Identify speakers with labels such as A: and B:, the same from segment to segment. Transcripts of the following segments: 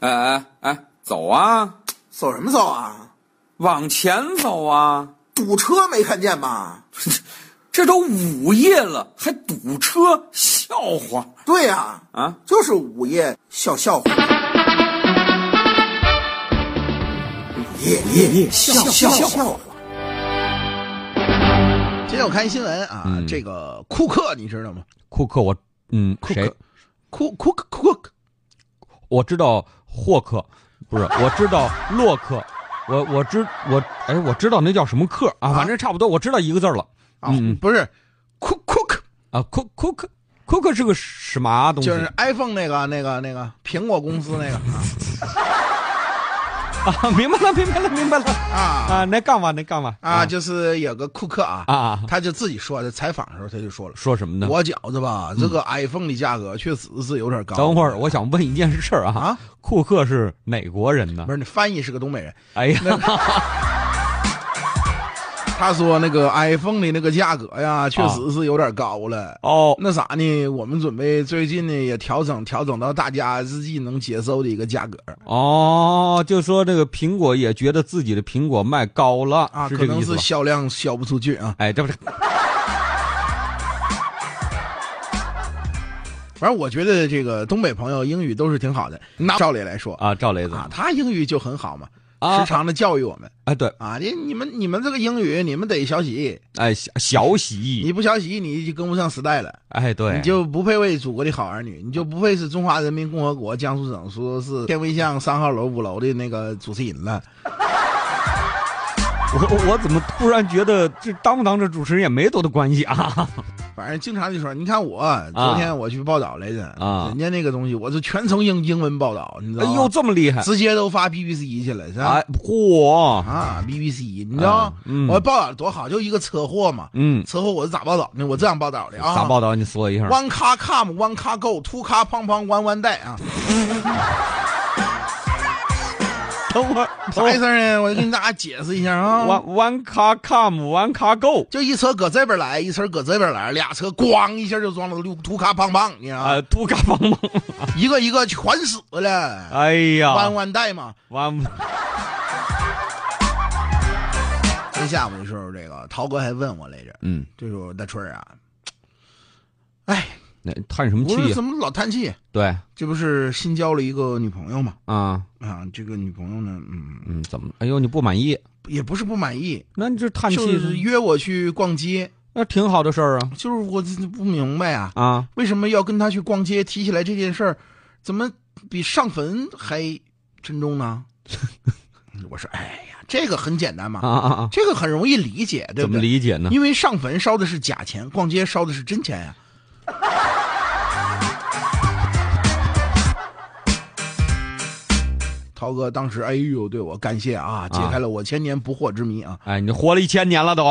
A: 哎哎哎，走啊，
B: 走什么走啊？
A: 往前走啊！
B: 堵车没看见吧？
A: 这都午夜了，还堵车，笑话
B: 对呀、
A: 啊！
B: 就是午夜笑笑话。夜夜夜笑笑笑话。
C: 今天我看一新闻啊，
D: 嗯
C: 这个库克你知道吗？
D: 库克我嗯
C: 库
D: 谁
C: 克，库库克库克，
D: 我知道霍克，不是，我知道洛克，我我知我哎，我知道那叫什么克啊，
C: 啊
D: 反正差不多，我知道一个字儿了
C: 啊，
D: 嗯
C: 不是库库克，
D: 啊。库库克库克是个什么东西？
C: 就是 iPhone 那个那个那个苹果公司那个啊
D: 啊，明白了，明白了，明白了
C: 啊
D: 啊，那干嘛？那干嘛？
C: 啊，就是有个库克啊，
D: 啊，
C: 他就自己说的，采访的时候他就说了，
D: 说什么呢？
C: 我觉着吧，这个 iPhone 的价格确实是有点
D: 嗯
C: 高。
D: 等会儿我想问一件事儿啊
C: 啊，
D: 库克是哪国人呢
C: 不？是你翻译是个东北人，
D: 哎呀，
C: 他说那个 iPhone 的那个价格呀，确实是有点高了。
D: 哦，
C: 那啥呢？我们准备最近呢也调整调整到大家自己能接受的一个价格
D: 哦，就说这个苹果也觉得自己的苹果卖高了
C: 啊，
D: 是
C: 可
D: 这个
C: 能
D: 意思
C: 是
D: 吧？
C: 销量销不出去啊。
D: 哎，这不是
C: 反正我觉得这个东北朋友英语都是挺好的。那照理来说
D: 啊，赵雷子
C: 啊，他英语就很好嘛，
D: 啊
C: 时常的教育我们
D: 哎，对，
C: 啊，你你们你们这个英语你们得学习，
D: 哎，小小喜，
C: 你不学习你就跟不上时代了。
D: 哎，对，
C: 你就不配为祖国的好儿女，你就不配是中华人民共和国江苏省苏州市天威巷三号楼五楼的那个主持人了。
D: 我我怎么突然觉得这当不当这主持人也没多大关系 啊？
C: 反正经常就说，你看我昨天我去报道来着，
D: 啊
C: 人家那个东西我是全程英英文报道，你知
D: 哎
C: 道吗？
D: 呦，这么厉害！
C: 直接都发 BBC 去了，是吧？
D: 哎，嚯，
C: 啊，BBC，你知道、
D: 嗯
C: 我报道多好，就一个车祸嘛。
D: 嗯，
C: 车祸我是咋报道的？我这样报道的啊。
D: 啥报道？你说一下。
C: ？One car come, one car go, two car 胖胖 one one die 啊。
D: 哦等会儿，
C: 啥意
D: 思
C: 思呢？我就跟大家解释一下啊。
D: ？One one car come, one car go。
C: 就一车搁这边来，一车搁这边来，俩车咣一下就撞了六图卡邦邦，你知道吗？
D: 啊，杜嘎帮 忙。
C: 一个一个全死了，
D: 哎呀，
C: 弯弯带嘛。
D: 弯
C: 真下午的时候，这个涛哥还问我来着，
D: 嗯，
C: 这时候大春儿啊，哎，
D: 那叹什么
C: 我说
D: 气啊呀？
C: 怎么老叹气？
D: 对，
C: 这不是新交了一个女朋友嘛？
D: 啊，
C: 啊，这个女朋友呢，嗯，
D: 嗯，怎么？哎呦，你不满意？
C: 也不是不满意，
D: 那你这叹气
C: 就是约我去逛街，
D: 那挺好的事儿啊
C: 就是我这不明白啊，
D: 啊！
C: 为什么要跟她去逛街？提起来这件事儿，怎么比上坟还沉 重呢？我说，哎呀，这个很简单嘛，
D: 啊啊啊！
C: 这个很容易理解，对
D: 怎
C: 不
D: 么
C: 对？
D: 理解呢？
C: 因为上坟烧的是假钱，逛街烧的是真钱呀、 涛哥当时，哎呦，对我感谢啊，解开了我千年不惑之谜啊！
D: 哎，你活了一千年了都。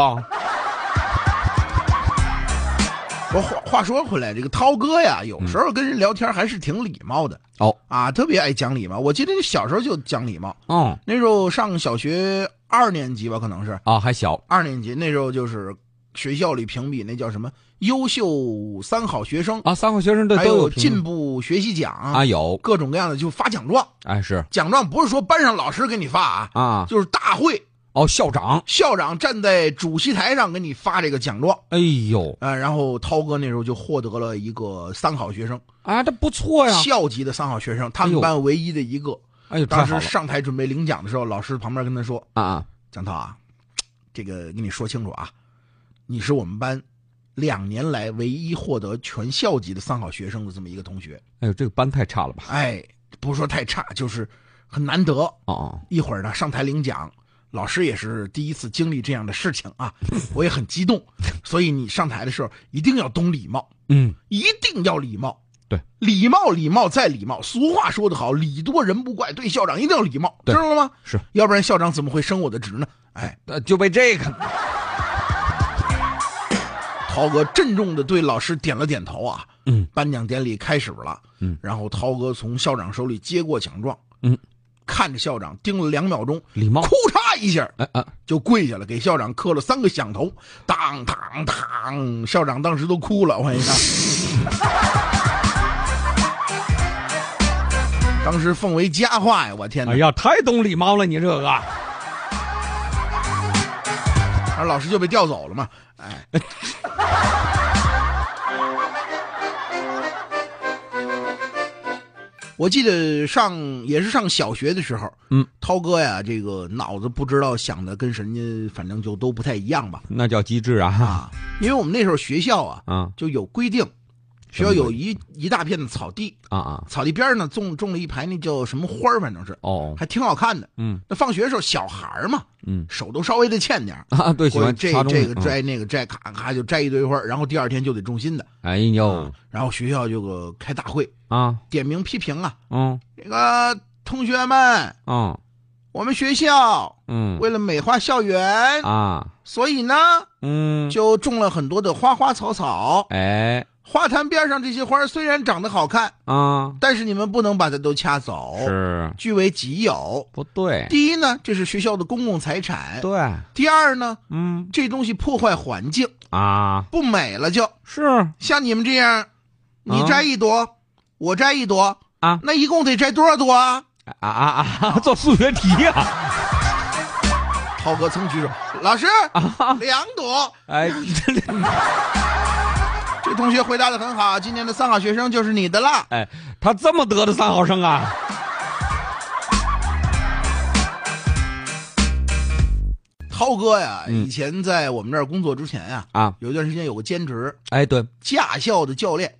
C: 我话话说回来，这个涛哥呀，有时候跟人聊天还是挺礼貌的
D: 哦
C: 啊，特别爱讲礼貌。我记得小时候就讲礼貌，
D: 嗯
C: 那时候上小学二年级吧，可能是
D: 啊，还小
C: 二年级，那时候就是学校里评比那叫什么优秀三好学生，
D: 啊，三好学生队
C: 还
D: 都
C: 有
D: 评
C: 进步学习奖
D: 啊，，有
C: 各种各样的就发奖状。
D: 哎是
C: 奖状不是说班上老师给你发啊，
D: 啊
C: 就是大会
D: 哦，校长，
C: 校长站在主席台上给你发这个奖状。
D: 哎呦
C: 啊、然后涛哥那时候就获得了一个三好学生，
D: 啊，这不错呀，
C: 校级的三好学生，他
D: 哎
C: 们
D: 呦
C: 班唯一的一个。
D: 哎呦太好
C: 当时
D: 了
C: 上台准备领奖的时候，老师旁边跟他说
D: 啊啊，：“
C: 蒋涛啊，这个跟你说清楚啊，你是我们班两年来唯一获得全校级的三好学生的这么一个同学。”
D: 哎呦这个班太差了吧？
C: 哎，不是说太差，就是很难得。
D: 哦哦
C: 一会儿呢，上台领奖，老师也是第一次经历这样的事情啊， 我也很激动。所以你上台的时候一定要懂礼貌，
D: 嗯，
C: 一定要礼貌。
D: 对，
C: 礼貌，礼貌再礼貌。俗话说得好，礼多人不怪。对校长一定要礼貌，知
D: 对
C: 道了吗？
D: 是，
C: 要不然校长怎么会升我的职呢？哎，
D: 呃就被这个
C: 涛哥郑重的对老师点了点头啊。
D: 嗯，
C: 颁奖典礼开始了。
D: 嗯，
C: 然后涛哥从校长手里接过奖状。
D: 嗯，
C: 看着校长盯了两秒钟，
D: 礼貌
C: 库，嚓一下
D: 哎啊
C: 就跪下了，给校长磕了三个响头，当当当！校长当时都 哭了，我跟你讲。当时奉为佳话呀！我天哪！
D: 哎呀，太懂礼貌了，你这个。
C: 然后老师就被调走了嘛。哎， 我记得上也是上小学的时候，
D: 嗯，
C: 涛哥呀，这个脑子不知道想的跟人家反正就都不太一样吧
D: 那叫机智啊！
C: 啊，因为我们那时候学校啊
D: 啊
C: 就有规定，学校
D: 什么
C: 有
D: 规
C: 一一大片的草地，
D: 啊啊！
C: 草地边儿呢种种了一排那叫什么花儿，反正是
D: 哦，
C: 还挺好看的。
D: 嗯
C: 那放学的时候小孩儿嘛，
D: 嗯
C: 手都稍微的欠点儿，
D: 啊，对，喜
C: 我
D: 欢
C: 这
D: 插嗯东西
C: 这个摘那个摘，咔咔就摘一堆花儿，然后第二天就得种新的。啊
D: 嗯哎呦
C: 然后学校就个开大会，
D: 啊，
C: 点名批评啊，
D: 嗯
C: 那个同学们，
D: 嗯
C: 我们学校
D: 嗯
C: 为了美化校园，
D: 啊
C: 所以呢
D: 嗯，
C: 就种了很多的花花草草。
D: 哎
C: 花坛边上这些花儿虽然长得好看，
D: 啊，
C: 但是你们不能把它都掐走，
D: 是
C: 据为己有。
D: 不对，
C: 第一呢，这是学校的公共财产；
D: 对，
C: 第二呢，
D: 嗯
C: 这东西破坏环境，
D: 啊，
C: 不美了就。
D: 是啊
C: 像你们这样，你摘一朵，我摘一朵
D: 啊
C: 那一共得摘多少朵啊？
D: 啊啊啊，做数学题啊呀！
C: 涛哥曾举手，老师，
D: 啊
C: 两朵。
D: 哎，这
C: 这同学回答的很好，今年的三好学生就是你的了。
D: 哎，他这么得的三好生啊？
C: 涛哥呀，
D: 嗯
C: 以前在我们这儿工作之前呀、
D: 啊，
C: 有一段时间有个兼职，
D: 哎，对，
C: 驾校的教练。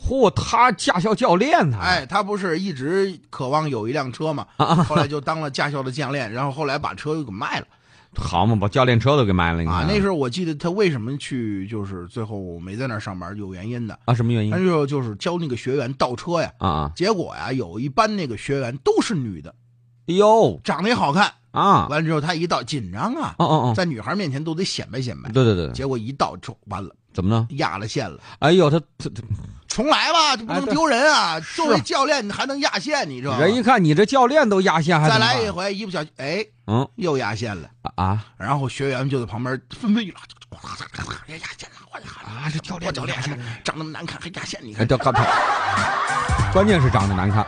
D: 嚯，他驾校教练呢？
C: 哎，他不是一直渴望有一辆车嘛，
D: 啊
C: 后来就当了驾校的教练，然后后来把车又给卖了。
D: 好嘛，把教练车都给卖了，你
C: 啊，
D: 看
C: 那时候我记得他为什么去，就是最后没在那儿上班，有原因的。
D: 啊什么原因
C: 他就就是教那个学员倒车呀，
D: 啊啊？
C: 结果呀，有一班那个学员都是女的，
D: 哎呦
C: 长得也好看。
D: 啊！
C: 完了之后，他一倒紧张啊，
D: 哦哦
C: 在女孩面前都得显摆显摆
D: 哦，。对对对，
C: 结果一倒车，完了
D: 怎么呢？
C: 压了线了，
D: 哎呦，他他他
C: 重来吧，这不
D: 哎
C: 能
D: 对
C: 丢人啊！作为
D: 是
C: 教练，你还能压线，你知道吗？
D: 人一啊看你这教练都压线，还
C: 再
D: 怎么
C: 来
D: 办
C: 一回，一不小心，哎，
D: 嗯
C: 又压线了。
D: 啊啊
C: 然后学员就在旁边纷纷一拉，哗啦啦啦啦，压线了，哗啦啦啦
D: 啊！这教练
C: 教练长那么难看还压线，你
D: 哎，
C: 看。
D: 这看他， 关键是长得难看，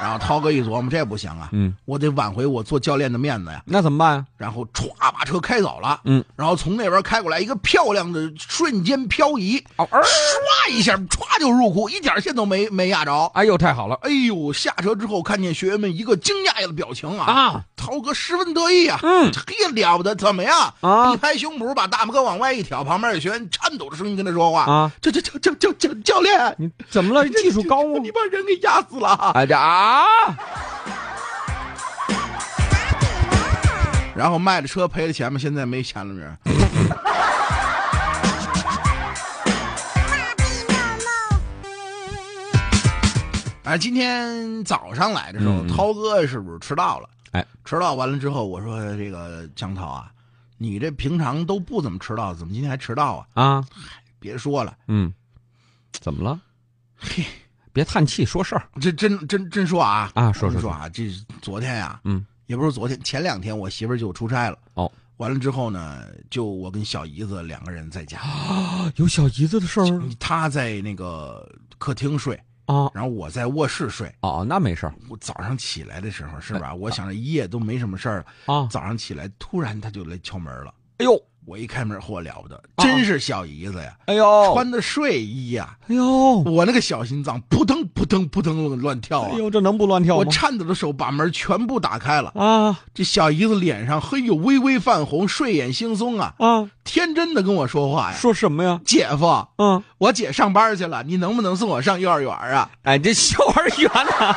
C: 然后涛哥一琢磨，这不行啊，
D: 嗯，
C: 我得挽回我做教练的面子呀。
D: 那怎么办呀？
C: 然后歘把车开走了，
D: 嗯，
C: 然后从那边开过来一个漂亮的瞬间漂移，
D: 哦，儿，
C: 唰一下，歘就入库，一点线都没没压着。
D: 哎呦，太好了
C: 哎呦，下车之后看见学员们一个惊讶的表情啊，
D: 啊！
C: 涛哥十分得意啊，
D: 嗯
C: 这也了不得，怎么样？
D: 啊
C: 一拍胸脯，把大拇哥往外一挑，旁边有学员颤抖着声音跟他说话
D: 啊，
C: 这这这这这这教 练，
D: 你怎么了？
C: 这
D: 技术高
C: 这
D: 啊
C: 你！把人给压死了。
D: 哎这啊，
C: 然后卖了车赔了钱嘛，现在没钱了，人。啊，今天早上来的时候，
D: 嗯嗯
C: 涛哥是不是迟到了？
D: 哎，
C: 迟到完了之后，我说这个江涛啊，你这平常都不怎么迟到，怎么今天还迟到啊？
D: 啊，
C: 别说了，
D: 嗯，怎么了？
C: 嘿，
D: 别叹气，说事儿
C: 这真真真说啊
D: 啊说
C: 真
D: 说
C: 说啊，这是昨天呀、
D: 嗯，
C: 也不是昨天，前两天我媳妇儿就出差了。
D: 哦，
C: 完了之后呢，就我跟小姨子两个人在家，
D: 啊！有小姨子的事儿
C: 她在那个客厅睡，
D: 啊！
C: 然后我在卧室睡。
D: 哦，那没事儿
C: 我早上起来的时候是
D: 哎
C: 吧？我想着一夜都没什么事儿了，
D: 啊。
C: 早上起来突然她就来敲门了。
D: 哎呦，
C: 我一开门，嚯了不得，
D: 哦
C: 真是小姨子呀，
D: 哎呦，
C: 穿的睡衣呀、
D: 哎呦，
C: 我那个小心脏扑腾扑腾扑腾乱跳啊
D: 哎！呦，这能不乱跳
C: 我
D: 吗？
C: 颤抖的手把门全部打开了，
D: 啊
C: 这小姨子脸上嘿呦微微泛红，睡眼惺忪啊，
D: 啊！
C: 天真的跟我说话呀，
D: 说什么呀？
C: 姐夫，
D: 嗯，
C: 我姐上班去了，你能不能送我上幼儿园啊？
D: 哎，这幼儿园呐，